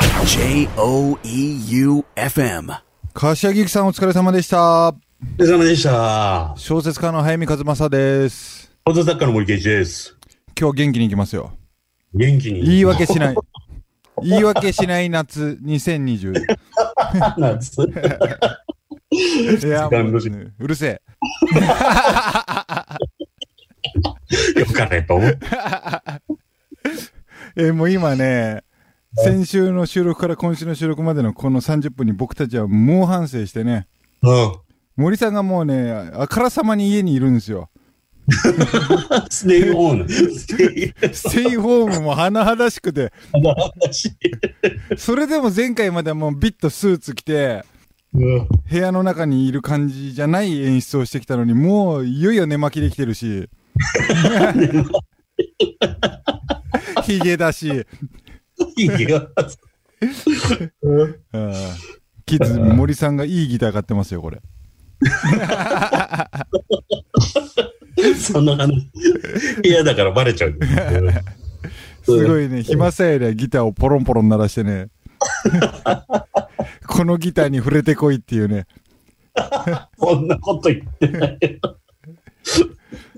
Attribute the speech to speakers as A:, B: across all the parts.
A: E J-O-E-U-F-M
B: 柏木さんお疲れ様でした。
C: お疲れ様でした。
B: 小説家の早見和正です。
C: 放送作家の森圭一です。
B: 今日元気に行きますよ。
C: 元気に。
B: 言い訳しない。言い訳しない夏2020。
C: なんです。
B: いや、
C: 時間
B: も
C: の
B: う,、
C: 時
B: ね、うるせ
C: よかったやっぱ思う。
B: え。えーもう今ね、先週の収録から今週の収録までのこの30分に僕たちは猛反省してね、森さんがもうね、あからさまに家にいるんですよ。
C: うん。ステイホーム。ステイ
B: ステイホームも甚だしくて、
C: の話。
B: それでも前回まではもうビッとスーツ着て、
C: うん。
B: 部屋の中にいる感じじゃない演出をしてきたのに、もういよいよ寝巻きできてるし。ひげだし、
C: いいよ。うん
B: うんキッズ、森さんがいいギター買ってますよ、これ。
C: そんな話。部屋だからバレちゃう。うん
B: すごいね、暇さえありゃギターをポロンポロン鳴らしてね。このギターに触れてこいっていうね。
C: こんなこと言ってない。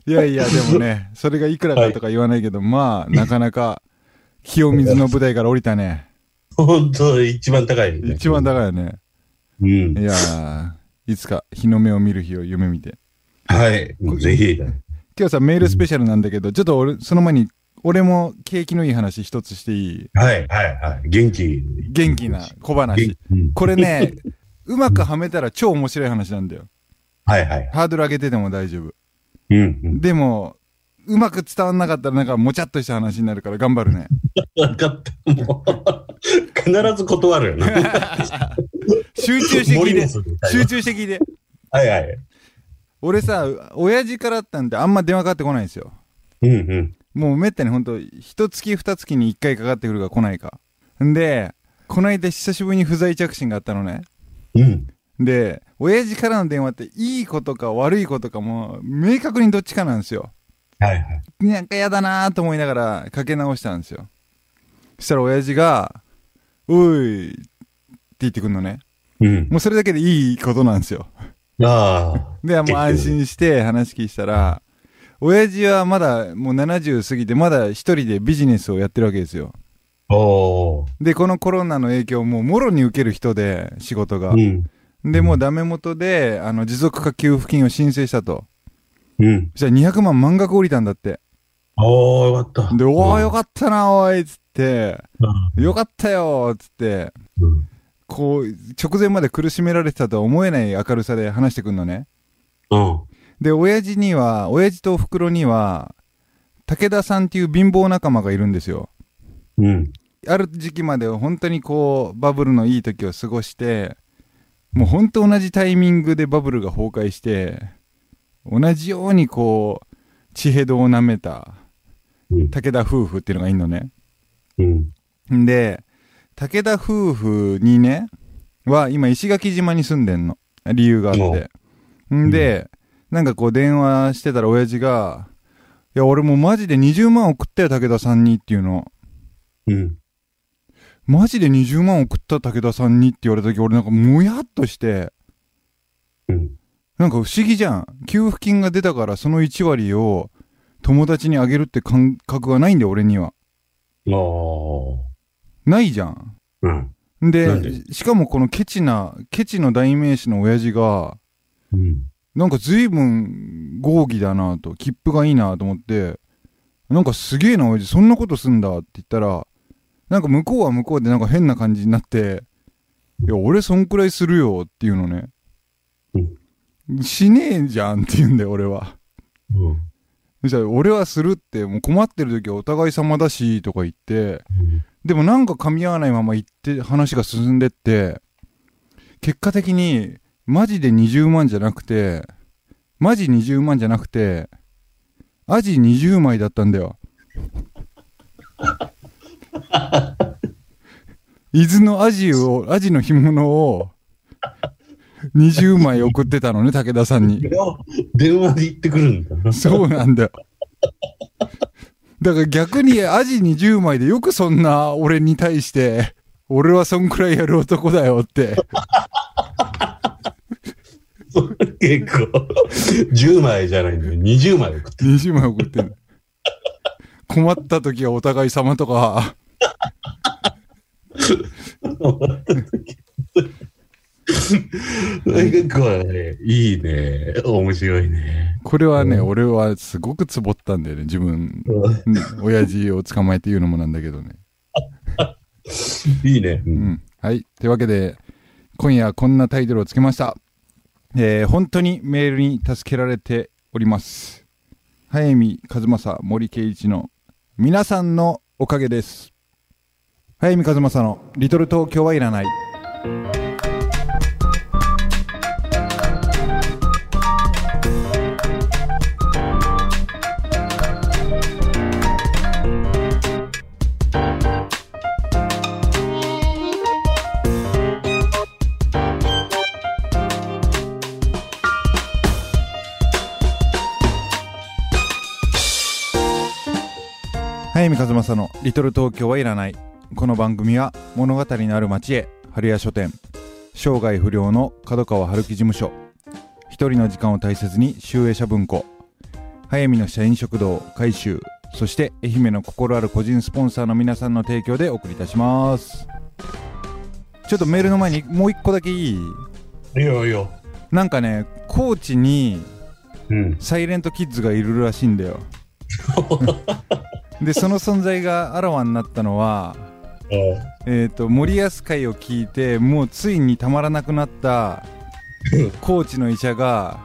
B: いやいや、でもね、それがいくらかとか言わないけど、まあ、なかなか、清水の舞台から降りたね。
C: 本当一番高い。
B: 一番高いよね。
C: うん
B: い。やー、いつか日の目を見る日を夢見て。
C: はい。ぜひ。
B: 今日さ、メールスペシャルなんだけど、ちょっと俺、その前に、俺も景気のいい話一つしていい
C: はい、はい、はい。元気。
B: 元気な小話
C: 元。気。うん
B: これね、うまくはめたら超面白い話なんだよ。
C: はい、はい。
B: ハードル上げてても大丈夫。
C: うんうん。
B: でも、うまく伝わんなかったらなんかもちゃっとした話になるから頑張るね。
C: 分かった。もう、必ず断るよね。
B: 集中して聞い
C: 森
B: て
C: のする。
B: 集中して聞いて。
C: はい、はい。
B: 俺さ、親父からだったんであんま電話かかってこないんですよ。
C: うん、うん。
B: もうめったにほんと、一月二月に一回かかってくるか来ないか。んで、こないだ久しぶりに不在着信があったのね。
C: うん。
B: で、親父からの電話っていいことか悪いことかもう明確にどっちかなんですよ。
C: はいはい。
B: なんか嫌だなーと思いながらかけ直したんですよ。そしたら親父が、おいって言ってくんのね。
C: うん。
B: もうそれだけでいいことなんですよ。
C: ああ。
B: で、もう安心して話聞いたら、親父はまだもう70過ぎてまだ一人でビジネスをやってるわけですよ。
C: おー。
B: で、このコロナの影響をもうもろに受ける人で仕事が
C: う。ん。
B: で、もうダメ元で、あの、持続化給付金を申請したと。
C: うん。
B: そしたら200万満額降りたんだって。
C: おー、よかった。
B: で、おお、よ
C: かっ
B: かったな、おいっつって、
C: た。
B: よかったよっつって、
C: うん
B: こう、直前まで苦しめられてたとは思えない明るさで話してくんのね。
C: うん。
B: で、親父には、親父とお袋には、武田さんっていう貧乏仲間がいるんですよ。
C: うん。
B: ある時期までは本当にこう、バブルのいい時を過ごして、もう本当同じタイミングでバブルが崩壊して、同じようにこう、地平道を舐めた
C: うん。
B: 武田夫婦っていうのがいるのね。
C: うん。
B: んで、武田夫婦にね、は今石垣島に住んでんの。理由があって。んで、なんかこう電話してたら親父が、いや俺もうマジで20万送ったよ武田さんにっていうの。
C: うん。
B: マジで20万送った武田さんにって言われた時俺なんかもやっとして、
C: うん。
B: なんか不思議じゃん。給付金が出たからその1割を友達にあげるって感覚がないんだよ俺には。
C: おー。
B: ないじゃん。
C: うん。なん
B: で、
C: で
B: しかもこのケチな、ケチの代名詞の親父が、
C: うん。
B: なんか随分豪気だなと、切符がいいなと思って、なんかすげえな親父、そんなことすんだって言ったら、なんか向こうは向こうでなんか変な感じになって、いや、俺そんくらいするよっていうのね。しねえじゃんって言うんだよ、俺は。
C: うん。
B: そしたら俺はするって、もう困ってる時はお互い様だし、とか言って、でもなんか噛み合わないまま行って話が進んでって、結果的にマジで20万じゃなくて、マジ20万じゃなくて、アジ20枚だったんだよ。伊豆のアジを、アジの干物を20枚送ってたのね、武田さんに。
C: 電話電話で言ってくるんだな。
B: そうなんだよ。だから逆にアジ20枚でよくそんな俺に対して俺はそんくらいやる男だよって。
C: 結構、10枚じゃないんだよ。20枚送って。
B: 20枚送ってんの困った時はお互い様とか、
C: 結構ね、いいね。面白いね。
B: これはね、俺はすごくツボったんだよね、自分。うん親父を捕まえて言うのもなんだけどね。
C: いいね。うん
B: うん。はい。というわけで、今夜こんなタイトルをつけました。えー本当にメールに助けられております。早見和正、森圭一の皆さんのおかげです。早見和正のリトル東京はいらない。早見和正の「リトル東京はいらない」この番組は物語のある町へ春屋書店生涯不良の角川春樹事務所一人の時間を大切に集英社文庫早見の社員食堂改修そして愛媛の心ある個人スポンサーの皆さんの提供でお送りいたしますちょっとメールの前にもう一個だけいい
C: いやいや。
B: なんかね高知に
C: うん。
B: サイレントキッズがいるらしいんだよでその存在があらわになったのはえー、と森保会を聞いてもうついにたまらなくなった高知の医者が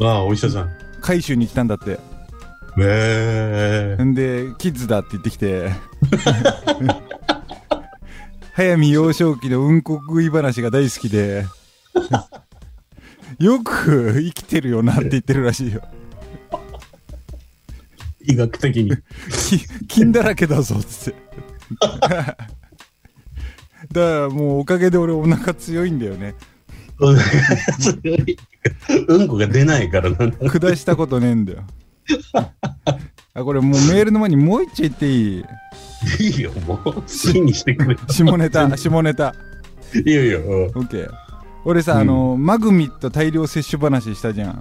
C: ああ、お医者さん。
B: 海州に来たんだって
C: ええ。
B: んでキッズだって言ってきて早見幼少期のうんこ食い話が大好きでよく生きてるよなって言ってるらしいよ
C: 医学的に。
B: き 金だらけだぞっつって だからもうおかげで俺お腹強いんだよね
C: うんこが出ないからなんだ。
B: 下したことねえんだよあこれもうメールの前にもう一丁言っていい
C: いいよ、もう。死にしてくれ。
B: 下ネタ下ネタ
C: いいよいいよ。うん
B: OK 俺さ、
C: うん
B: あのマグミット大量摂取話したじゃん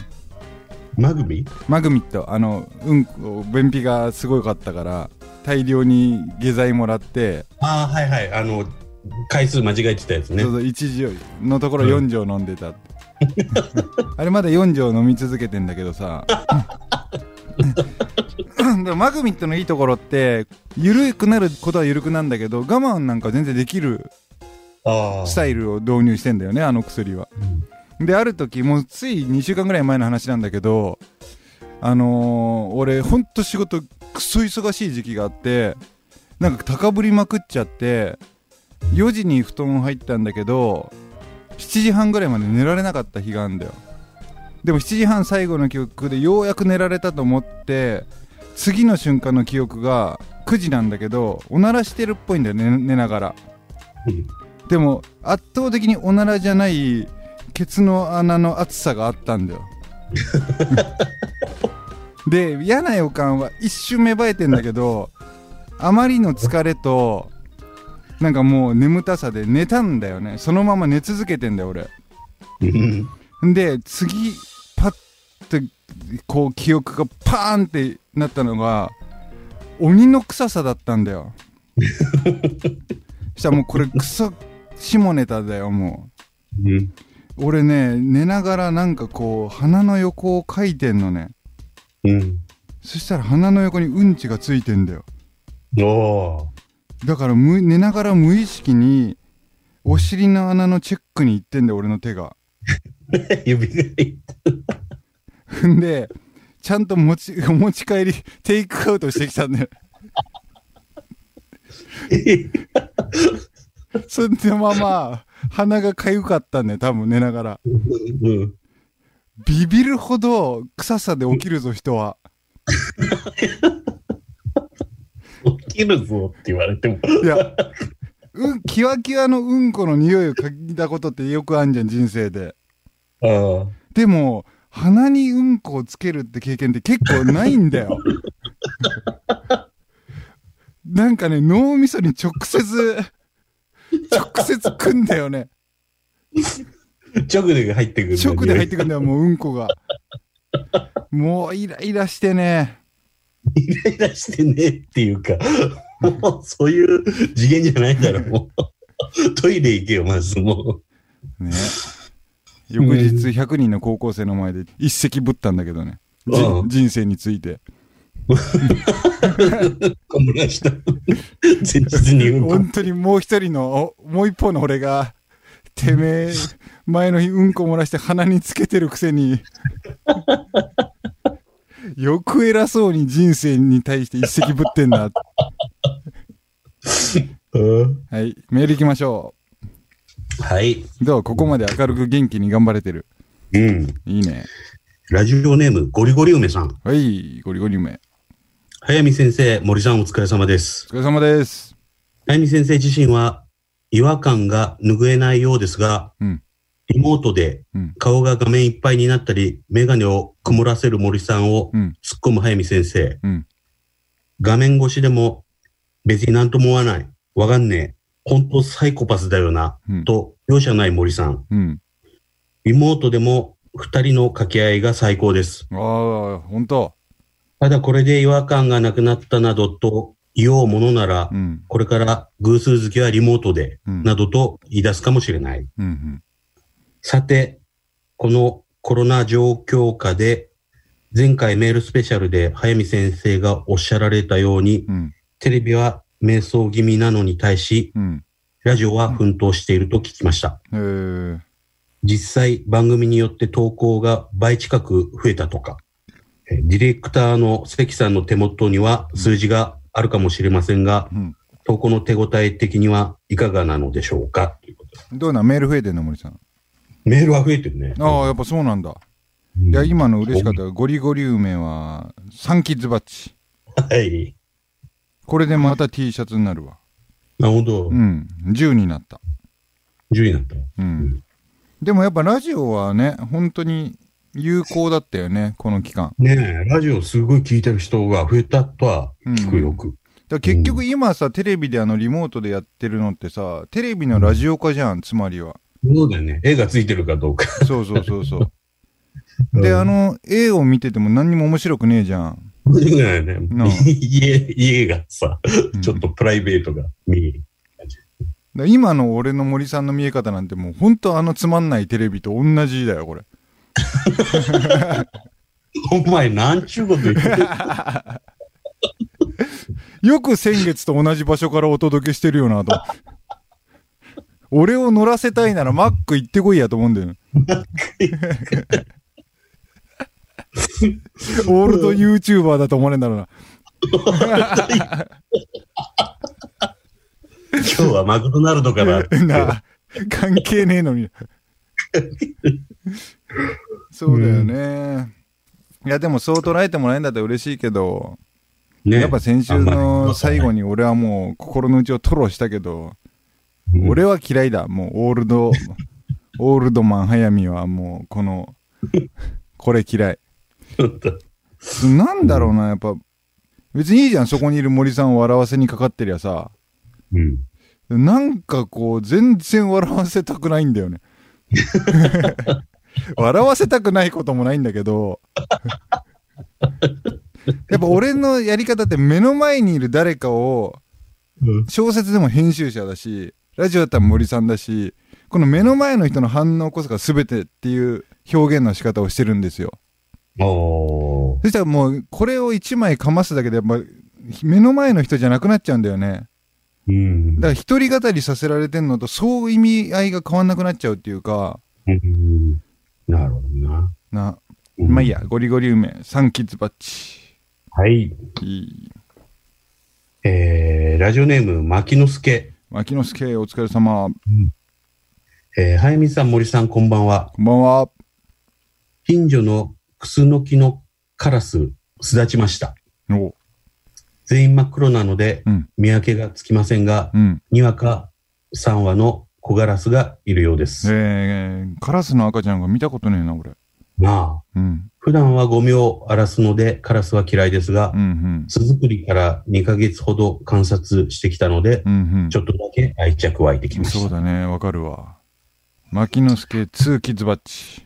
C: マグミ
B: マグミットあのうんこ便秘がすごかったから大量に下剤もらって、
C: ああ、はいはい。あの、回数間違えてたやつね
B: ちょ。うど1錠のところ
C: うん
B: 4錠飲んでた、あれまだ4錠飲み続けてんだけどさうんでもマグミットのいいところって緩くなることは緩くなんだけど我慢なんか全然できる
C: ああ。
B: スタイルを導入してんだよねあの薬はである時もうつい2週間ぐらい前の話なんだけどあのー俺ほんと仕事クソ忙しい時期があってなんか高ぶりまくっちゃって4時に布団入ったんだけど7時半ぐらいまで寝られなかった日があるんだよでも7時半最後の記憶でようやく寝られたと思って次の瞬間の記憶が9時なんだけどおならしてるっぽいんだよね寝ながら
C: うん
B: でも圧倒的におならじゃないケツの穴の厚さがあったんだよで嫌な予感は一瞬芽生えてんだけどあまりの疲れとなんかもう眠たさで寝たんだよねそのまま寝続けてんだよ俺
C: うん
B: で次パッてこう記憶がパーンってなったのが鬼の臭さだったんだよしたらもうこれクソ下ネタだよも
C: うん
B: う俺ね寝ながらなんかこう鼻の横をかいてんのね
C: うん。
B: そしたら鼻の横にうんちがついてんだよ
C: おお
B: だからむ寝ながら無意識にお尻の穴のチェックに行ってんだよ俺の手が
C: ー。 指がいい。
B: 踏んでちゃんと持ち 持ち帰りテイクアウトしてきたんだよそのまま鼻が痒かったね多分寝ながら
C: うん。
B: ビビるほど臭さで起きるぞ人は
C: 起きるぞって言われても。
B: いやうんキワキワのうんこの匂いを嗅いだことってよくあんじゃん人生で
C: ああ。
B: でも鼻にうんこをつけるって経験って結構ないんだよなんかね脳みそに直接直接くんだよね。
C: 直で入ってくる。
B: 直で入っててくんだよ、もううんこが。もうイライラしてね。
C: イライラしてねっていうか、もうそういう次元じゃないだろう、もう。トイレ行けよ、まずも
B: ね。翌日100人の高校生の前で一石ぶったんだけどね。じ
C: うん
B: 人生について。
C: う。こむらした。前日にうんこ
B: 本当にもう一人の、おもう一方の俺が、てめえ、前の日うんこ漏らして鼻につけてるくせに、 よく偉そうに人生に対して一石ぶってんな。
C: うん
B: はい、メール行きましょ
C: はい。
B: う。どうここまで明るく元気に頑張れてる。
C: うん。
B: いいね。
C: ラジオネーム、ゴリゴリ梅さん。
B: はい、ゴリゴリ梅。
C: 早見先生、森さんお疲れ様です。
B: お疲れ様です。
C: 早見先生自身は、違和感が拭えないようですが、
B: うん
C: リモートで
B: うん
C: 顔が画面いっぱいになったり、メガネを曇らせる森さんを
B: うん、
C: 突っ込む早見先生。
B: うん
C: 画面越しでも、別になんとも思わない。わかんねえ。本当サイコパスだよな。
B: うん、
C: と、容赦ない森さん。
B: うん。
C: リモートでも、二人の掛け合いが最高です。
B: ああ、本当
C: ただこれで違和感がなくなったなどと言おうものなら、
B: うん、
C: これから偶数好きはリモートで、
B: うん、
C: などと言い出すかもしれない。
B: うん、うん。
C: さて、このコロナ状況下で、前回メールスペシャルで早見先生がおっしゃられたように、
B: うん、
C: テレビは瞑想気味なのに対し、
B: うん。
C: ラジオは奮闘していると聞きました。
B: えー、
C: 実際、番組によって投稿が倍近く増えたとか、えディレクターの関さんの手元には数字があるかもしれませんが、
B: うん。
C: 投稿の手応え的にはいかがなのでしょうかということで
B: どうなんメール増えてんの森さん。
C: メールは増えてるね。
B: ああ、やっぱそうなんだ。
C: うん
B: いや、今の嬉しかった。ゴリゴリ梅は、サンキッズバッチ。
C: はい。
B: これでまた T シャツになるわ。
C: なるほど
B: う。ん。10になった。
C: 10位になった。
B: うん。でもやっぱラジオはね、本当に有効だったよね、この期間。
C: ねえ、ラジオすごい聞いてる人が増えたとは聞くよく。
B: だから結局今さ、テレビであのリモートでやってるのってさ、テレビのラジオ化じゃん、つまりは。
C: そうだよね。絵がついてるかどうか。
B: そうそうそう そう。で、
C: うん
B: あの、絵を見てても何にも面白くねえじゃん。
C: そうだよね
B: なあ。
C: 家、家がさ、
B: うん
C: ちょっとプライベートが見える。
B: だから今の俺の森さんの見え方なんてもう本当あのつまんないテレビと同じだよ、これ。
C: お前、なんちゅうこと言 ってる
B: よく先月と同じ場所からお届けしてるよなと。 俺を乗らせたいならマック行ってこいやと思うんだよね。オールド YouTuber だと思われんだろうな。
C: 今日はマクドナルドから。
B: なあ関係ねえのに。そうだよね。いや、でもそう捉えてもらえんだったら嬉しいけど、
C: ね
B: やっぱ先週の最後に俺はもう心の内を吐露したけど、
C: うん
B: 俺は嫌いだ。もうオール ド、オールドマン早見はもうこの、これ嫌い。
C: ちょっと
B: なんだろうな、やっぱ、別にいいじゃん、そこにいる森さんを笑わせにかかってりゃさ。
C: うん。
B: なんかこう、全然笑わせたくないんだよね。笑わせたくないこともないんだけど、やっぱ俺のやり方って目の前にいる誰かを、
C: うん
B: 小説でも編集者だし、ラジオだったら森さんだし、この目の前の人の反応こそが全てっていう表現の仕方をしてるんですよ。
C: おー
B: そしたらもう、これを一枚かますだけで、やっぱ、目の前の人じゃなくなっちゃうんだよね。
C: うん。
B: だから一人語りさせられてんのとそう意味合いが変わんなくなっちゃうっていうか、
C: うんなるほどな。
B: な、
C: うん
B: まあいい。や、ゴリゴリ梅、サンキッズバッチ。
C: はい。
B: いい。
C: えー、ラジオネーム、牧之助。
B: 牧之介、お疲れ様。
C: えー、早見さん、森さん、こんばんは。
B: こんばんは。
C: 近所のクスノキのカラス、巣立ちました。
B: お
C: 全員真っ黒なので、
B: うん
C: 見分けがつきませんが、
B: うん。
C: にわか3羽の小ガラスがいるようで
B: え
C: す。
B: ー、カラスの赤ちゃんが見たことねえな、俺。
C: まあ、
B: うん。
C: 普段はゴミを荒らすのでカラスは嫌いですが
B: う、ん
C: 巣作りから2ヶ月ほど観察してきたので、
B: うん。うんうん。
C: ちょっとだけ愛着湧いてきまし
B: そ
C: た
B: う。だね、わかるわ。牧之助2キッズバッチ。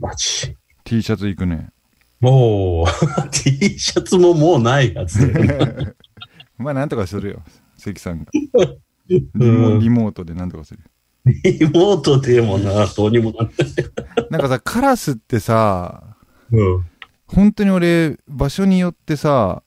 C: マジ
B: T シャツいく ね。
C: もう、T シャツももうないやつだよね
B: まあ、なんとかするよ、関さんが。リ
C: う
B: モ
C: ん
B: リモートでなんとかする。
C: リモートでもな、どうにもなって。
B: なんかさ、カラスってさ、
C: うん。
B: 本当に俺、場所によってさ、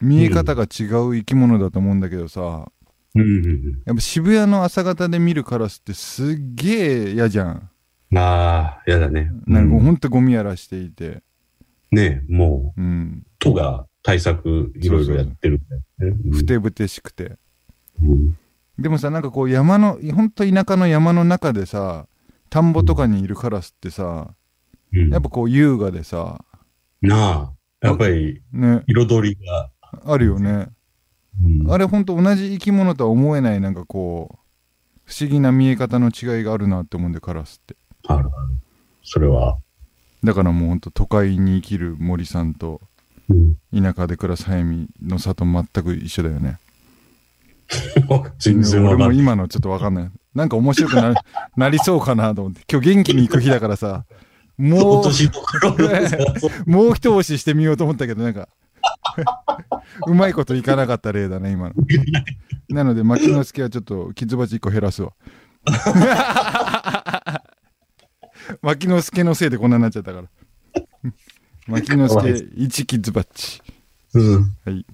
B: 見え方が違う生き物だと思うんだけどさ、
C: うん。
B: やっぱ渋谷の朝方で見るカラスってすっげえ嫌じゃん。
C: ああ、やだね。
B: なんか
C: うん
B: ほんとゴミやらしていて。
C: ねえもう、
B: うん。
C: 都が対策いろいろやってるんだよね。
B: ふてぶてしくて。
C: うん
B: でもさなんかこう山のほんと田舎の山の中でさ田んぼとかにいるカラスってさ
C: うん
B: やっぱこう優雅でさ
C: なあ、やっぱり
B: ね
C: 彩りが。
B: あるよね
C: うん
B: あれほんと同じ生き物とは思えないなんかこう不思議な見え方の違いがあるなって思うんでカラスって
C: あるある。それは。
B: だからもうほんと都会に生きる森さんと
C: うん
B: 田舎で暮らす早見の差と全く一緒だよね
C: 全然わ
B: 俺
C: か
B: も
C: んない。
B: 今のちょっとわかんないなんか面白くな なりそうかなと思って今日元気に行く日だからさも
C: 今
B: う
C: 年の頃のさ そう
B: もう一押ししてみようと思ったけど、なんか、 うまいこといかなかった例だね、今の。なので、牧之助はちょっと、傷鉢一個減らすわ。 牧之助のせいでこんなになっちゃった から。牧之
C: かわい
B: 助一傷鉢。
C: うん
B: はい。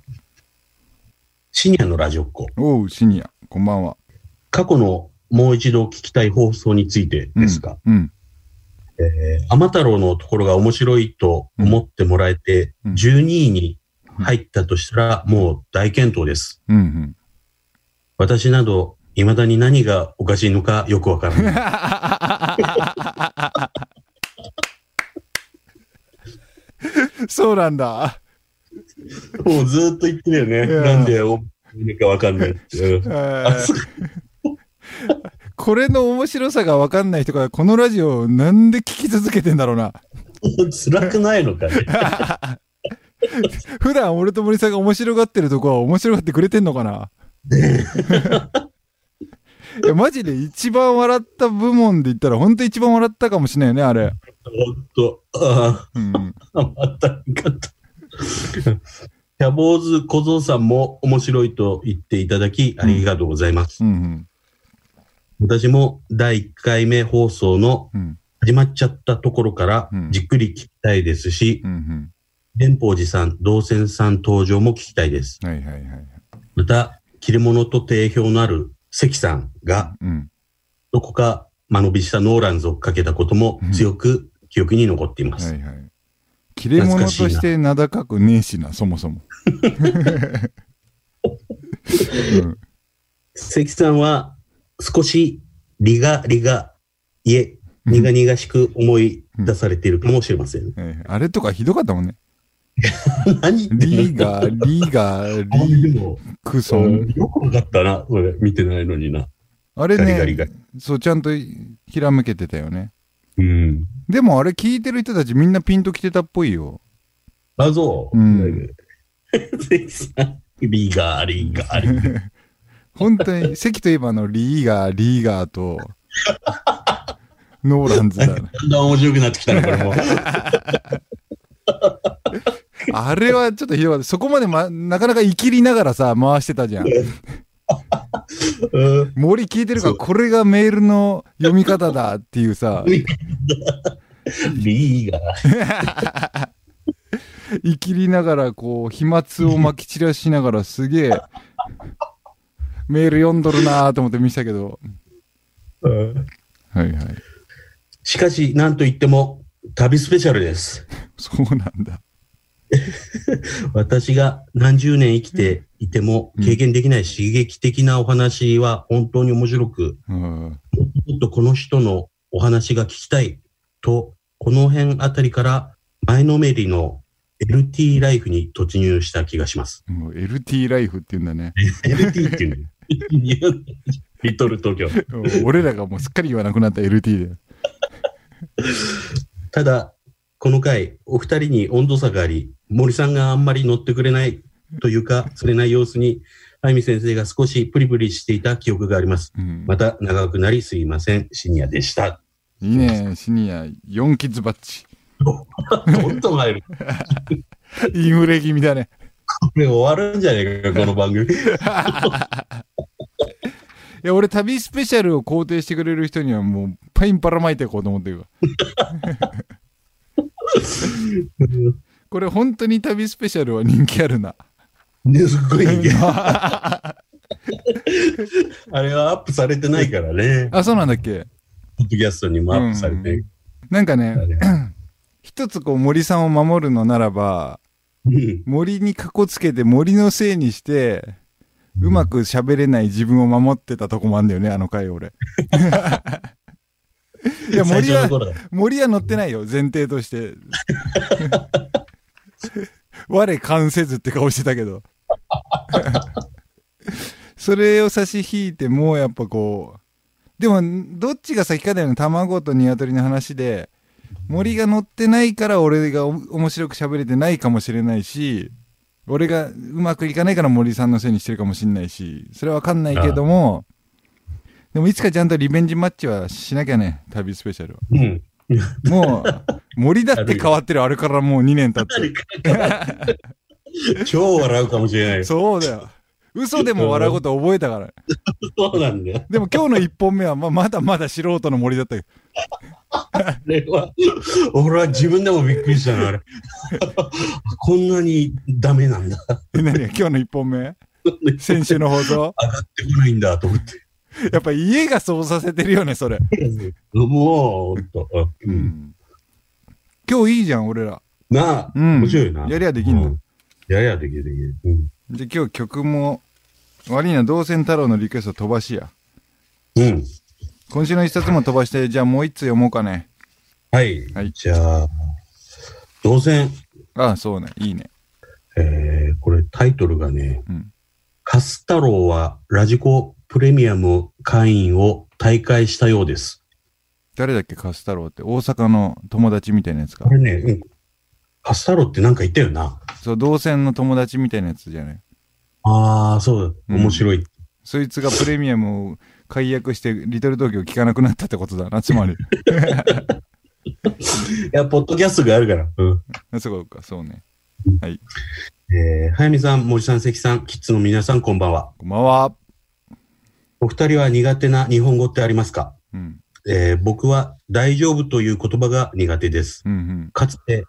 C: シニアのラジオっ子。
B: おう、シニア、こんばんは。
C: 過去のもう一度聞きたい放送について
B: うん
C: ですが、
B: うん。
C: 天太郎のところが面白いと思ってもらえて、
B: うん
C: 12位に入ったとしたら、もう大健闘です。
B: うんうん。
C: 私など、未だに何がおかしいのかよくわからない。
B: そうなんだ。
C: もうずーっと言ってるよね。
B: いやー
C: なんでお、何かわかんないっていう。
B: え
C: あ
B: ー
C: そう
B: これの面白さが分かんない人がこのラジオをなんで聞き続けてんだろうな
C: 辛くないのかね。
B: 普段俺と森さんが面白がってるとこは面白がってくれてんのかな いやマジで一番笑った部門で言ったら本当一番笑ったかもしれないよねあれ、
C: ほんと、あ
B: うん、
C: あ、またよかった。キャボーズ小僧さんも面白いと言っていただき、ありがとうございます。
B: うんうん
C: 私も第1回目放送の
B: うん
C: 始まっちゃったところから
B: うん
C: じっくり聞きたいですし、
B: うん
C: 蓮舫寺さん、道仙さん登場も聞きたいです。
B: うんはいはいはい
C: また、切れ物と定評のある関さんが、
B: うん
C: どこか間延びしたノーランズをかけたことも強く記憶に残っていま
B: は
C: す。
B: いはい切れ者として名高くねえしなそもそ も、うん
C: 関さんは少しリガリガ、いえ、苦々しく思い出されているかもしれません。
B: はいはいあれとかひどかったもんね
C: 何言ってんの
B: リーガ ーリーガー
C: あ
B: リー
C: でも
B: クソ
C: う
B: ン
C: んよくわかったな、これ見てないのにな。
B: あれね
C: ガリガリガリ
B: そうちゃんとひらめけてたよね
C: うん。
B: でもあれ聞いてる人たちみんなピンときてたっぽいよ
C: あ、そう。
B: う
C: うんん、リーガー、リーガー、リーガー。
B: 本当 に関といえばあのリーガーリーガーとノーランズだな
C: だんだん面白くなってきたね、これ も。
B: あれはちょっとひどかったそこまで、ま、なかなかいきりながらさ回してたじゃん
C: うん
B: 森聞いてるから
C: そう
B: これがメールの読み方だっていう さ
C: リーガー。
B: いきりながらこう飛沫をまき散らしながらすげえメール読んどるなーと思って見せたけど
C: うん
B: はいはい
C: しかし、なんといっても、旅スペシャルです。
B: そうなんだ
C: 私が何十年生きていても経験できない刺激的なお話は本当に面白く、
B: うん
C: もっとこの人のお話が聞きたいと、この辺あたりから前のめりの LT ライフに突入した気がします。
B: もう LT ライフって言うんだね。
C: LT っていうね。リトル東京。
B: 俺らがもうすっかり言わなくなった LT で。
C: ただ、この回、お二人に温度差があり、森さんがあんまり乗ってくれないというか、釣れない様子に、あゆみ先生が少しプリプリしていた記憶があります。
B: うん
C: また長くなりすいません。シニアでした。
B: いいね、シニア、4キッズバッチ。
C: どんどん入る。
B: インフレ気味だね。
C: これ終わるんじゃねえか、この番組。
B: いや、俺、旅スペシャルを肯定してくれる人にはもう、パインばらまいていこうと思ってるわ。これ、本当に旅スペシャルは人気あるな。
C: ね、すっごい人気。あれはアップされてないからね。
B: あ、そうなんだっけ
C: ポッドキャストにもアップされて。
B: なんかね、
C: ね
B: 一つこう、森さんを守るのならば、
C: うん
B: 森にかこつけて森のせいにして、うまく喋れない自分を守ってたとこもあんだよね、あの回、俺。いや、
C: 最
B: 森
C: 初の
B: は、
C: 頃だ
B: 森は乗ってないよ、前提として。我関せずって顔してたけど。 それを差し引いても、やっぱこう、でも、どっちが先かだよね、卵と鶏の話で、森が乗ってないから俺がお面白く喋れてないかもしれないし、俺がうまくいかないから森さんのせいにしてるかもしれないし、それはわかんないけども、でもいつかちゃんとリベンジマッチはしなきゃね、旅スペシャルは。
C: うん。
B: もう、森だって変わってる、あれからもう2年経って。
C: 超笑うかもしれない。そ
B: そうだよ。嘘でも笑うこと覚えたから。
C: うなんだよ。
B: でも今日の1本目は、まあまだまだ素人の森だったけど。
C: あれは、俺は自分でもびっくりしたな、あれ。 こんなにダメなんだ。
B: え、何が今日の1本目先週の放送
C: 上がってこないんだと思って。
B: やっぱ家がそうさせてるよね、それ。
C: もう、ほんと。う、
B: うんん。今日いいじゃん、俺ら。
C: なあ、
B: うん
C: 面白いな。
B: やりゃできんの
C: うやりゃできる、できる。うん。
B: で、今日曲も、悪いな、動線太郎のリクエスト飛ばしや。
C: うん。
B: 今週の一冊も飛ばして、じゃあもう一つ読もうかね。
C: はい。
B: はい
C: じゃあ、当然、
B: ああ、そうね。いいね。
C: えーこれタイトルがね、
B: うん
C: カス太郎はラジコプレミアム会員を退会したようです。
B: 誰だっけ、カス太郎って。大阪の友達みたいなやつか
C: こ。れね、うん、カス太郎ってなんか言ったよな。
B: そう、同線の友達みたいなやつじゃない。
C: ああ、そうだ。
B: うん
C: 面白い。
B: そいつがプレミアムを解約して、リトル東京聞かなくなったってことだな、つまり。
C: いや、ポッドキャストがあるから。うん。
B: あそうか、そうね。
C: えー、早見さん、森さん、関さん、キッズの皆さん、こんばんは。
B: こんばんは。
C: お二人は苦手な日本語ってありますか
B: うん、
C: えー僕は大丈夫という言葉が苦手です。
B: うん、うん。
C: かつて、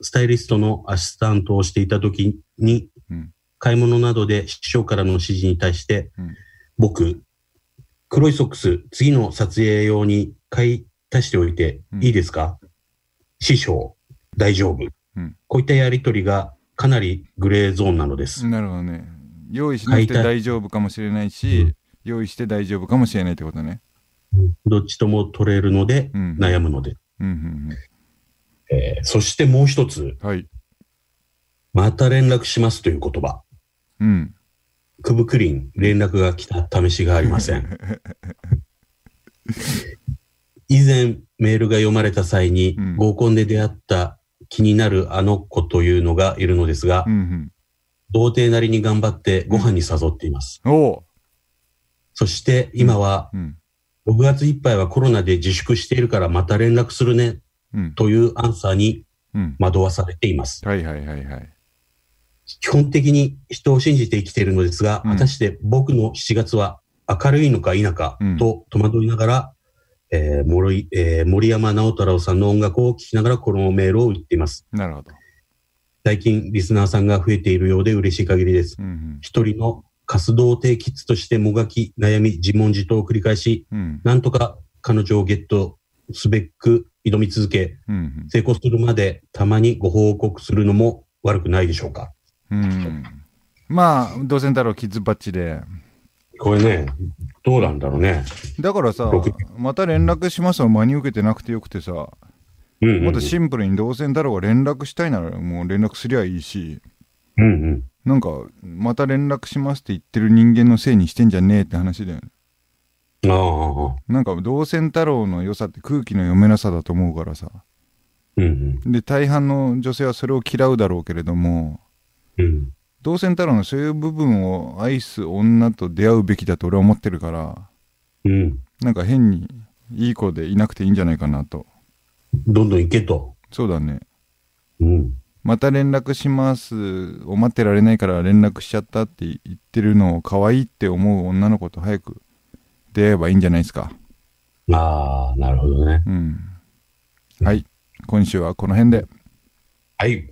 C: スタイリストのアシスタントをしていた時に、
B: うん
C: 買い物などで師匠からの指示に対して、
B: うん
C: 僕、黒いソックス、次の撮影用に買い足しておいて
B: うん
C: いいですか、師匠、大丈夫、
B: うん
C: こういったやりとりがかなりグレーゾーンなのです。
B: なるほどね。用意しなくて
C: 解体
B: 大丈夫かもしれないうし、用意して大丈夫かもしれないってことね。
C: どっちとも取れるので、
B: うん。
C: 悩むので。
B: うん、うん、
C: えーそしてもう一つ、
B: うん。はい。
C: また連絡しますという言葉。
B: うん。
C: くぶくりん、連絡が来た試しがありませ ん。以前メールが読まれた際に、
B: うん
C: 合コンで出会った気になるあの子というのがいるのですが、
B: うん、
C: 童貞なりに頑張ってご飯に誘っています。
B: うん。おう。
C: そして今は
B: うん。
C: 6月いっぱいはコロナで自粛しているからまた連絡するね
B: うん。
C: というアンサーに
B: うん。
C: 惑わされています。
B: はいはいはいはい。
C: 基本的に人を信じて生きているのですが、
B: うん
C: 果たして僕の7月は明るいのか否か
B: うん
C: と戸惑いながら、えー森いえー森山直太朗さんの音楽を聴きながらこのメールを打っています。
B: なるほど。
C: 最近リスナーさんが増えているようで嬉しい限りです。
B: うん、
C: 一人の活動停キッズとしてもがき、悩み、自問自答を繰り返し、
B: うん。うん。
C: なんとか彼女をゲットすべく挑み続け、
B: うん。
C: 成功するまでたまにご報告するのも悪くないでしょうか。
B: うん。まあ、同線太郎キッズバッチで。
C: これね、どうなんだろうね。
B: だからさ
C: 僕、
B: また連絡しますを真に受けてなくてよくてさ、
C: うんうん、
B: もっとシンプルに同線だろうが連絡したいならもう連絡すりゃいいし、
C: うんうん。
B: なんか、また連絡しますって言ってる人間のせいにしてんじゃねえって話だよね。
C: ああ、
B: なんか、同線太郎の良さって空気の読めなさだと思うからさ、
C: うん
B: で大半の女性はそれを嫌うだろうけれども
C: うんうん
B: 同線太郎のそういう部分を愛す女と出会うべきだと俺は思ってるから
C: うん
B: なんか変にいい子でいなくていいんじゃないかなと
C: どんどん行けと。
B: そうだね
C: うん。
B: また連絡しますを待ってられないから連絡しちゃったって言ってるのを可愛いって思う女の子と早く出会えばいいんじゃないですか
C: ああ、なるほどね。
B: うんはい今週はこの辺で
C: はい。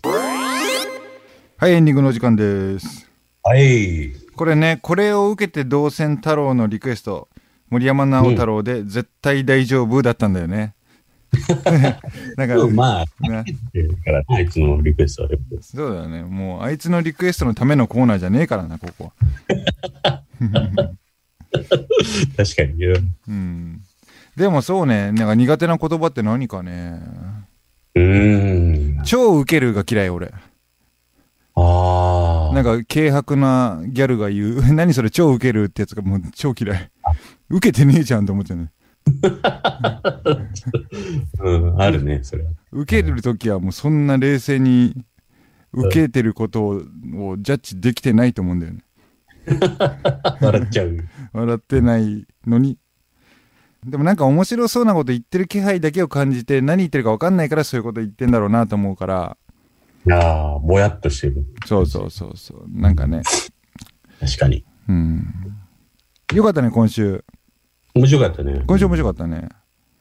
B: はいエンディングのお時間です
C: はい。
B: これねこれを受けて同線太郎のリクエスト森山直太郎で「絶対大丈夫」だったんだよ ね、 なんか、
C: うんまあ、
B: ね
C: えーからねあいつのリクエストはやっぱ
B: そうだよねもうあいつのリクエストのためのコーナーじゃねえからなここは
C: り確かに。
B: うんでもそうねなんか苦手な言葉って何かね
C: うーん。
B: 超ウケるが嫌い俺
C: ああ。
B: なんか軽薄なギャルが言う 何それ超ウケるってやつがもう超嫌いウケてねえじゃんと思っちゃうね
C: うん、あるね、それは。
B: 受けるときはもうそんな冷静に受けてることををジャッジできてないと思うんだよね
C: 笑っちゃう。
B: 笑ってないのにでもなんか面白そうなこと言ってる気配だけを感じて何言ってるか分かんないからそういうこと言ってんだろうなと思うから
C: ああ、ぼやっとしてる。
B: そうそうそうそうなんかね
C: 確かに。
B: うんよかったね今週
C: 面白かったね。
B: 今週面白かったね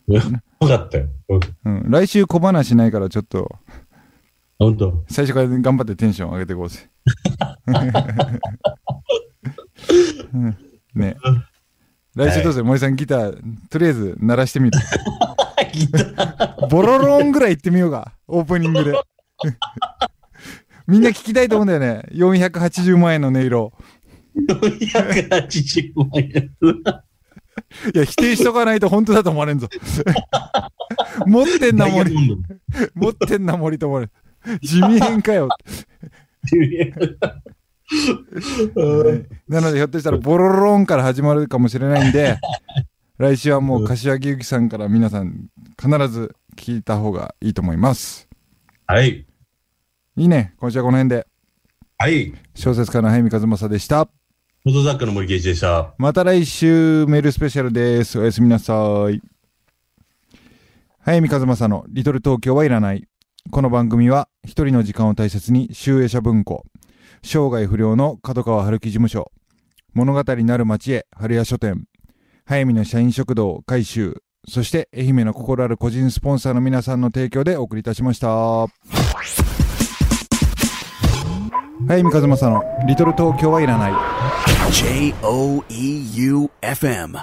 C: 面白かったよ。うん
B: うん来週小話ないからちょっと
C: 本当。
B: 最初から頑張ってテンション上げていこうぜ。 うんね来週どうせ、森さんギター、とりあえず鳴らしてみる。
C: ギタ ー
B: ボロロンぐらい行ってみようか、オープニングで。みんな聞きたいと思うんだよね。480万円の音色。
C: 480万円。
B: いや、否定しとかないと本当だと思われんぞ。持ってんな
C: ダイヤ
B: 森、
C: モンドの
B: 持ってんな森と思われる。地味変かよ。
C: うん
B: なのでひょっとしたらボロロンから始まるかもしれないんで来週はもう柏木由紀さんから皆さん必ず聞いた方がいいと思います
C: はい。
B: いいね今週はこの辺で
C: はい。
B: 小説家の早見和正でした
C: フォトザックの森圭一でした。
B: また来週メールスペシャルですおやすみなさい早見和正の「リトル東京はいらない」この番組は一人の時間を大切に集英社文庫生涯不良の角川春樹事務所物語なる町へ春屋書店早見の社員食堂改修そして愛媛の心ある個人スポンサーの皆さんの提供でお送りいたしました早見和正の「リトル東京はいらない」
A: J O E U F M.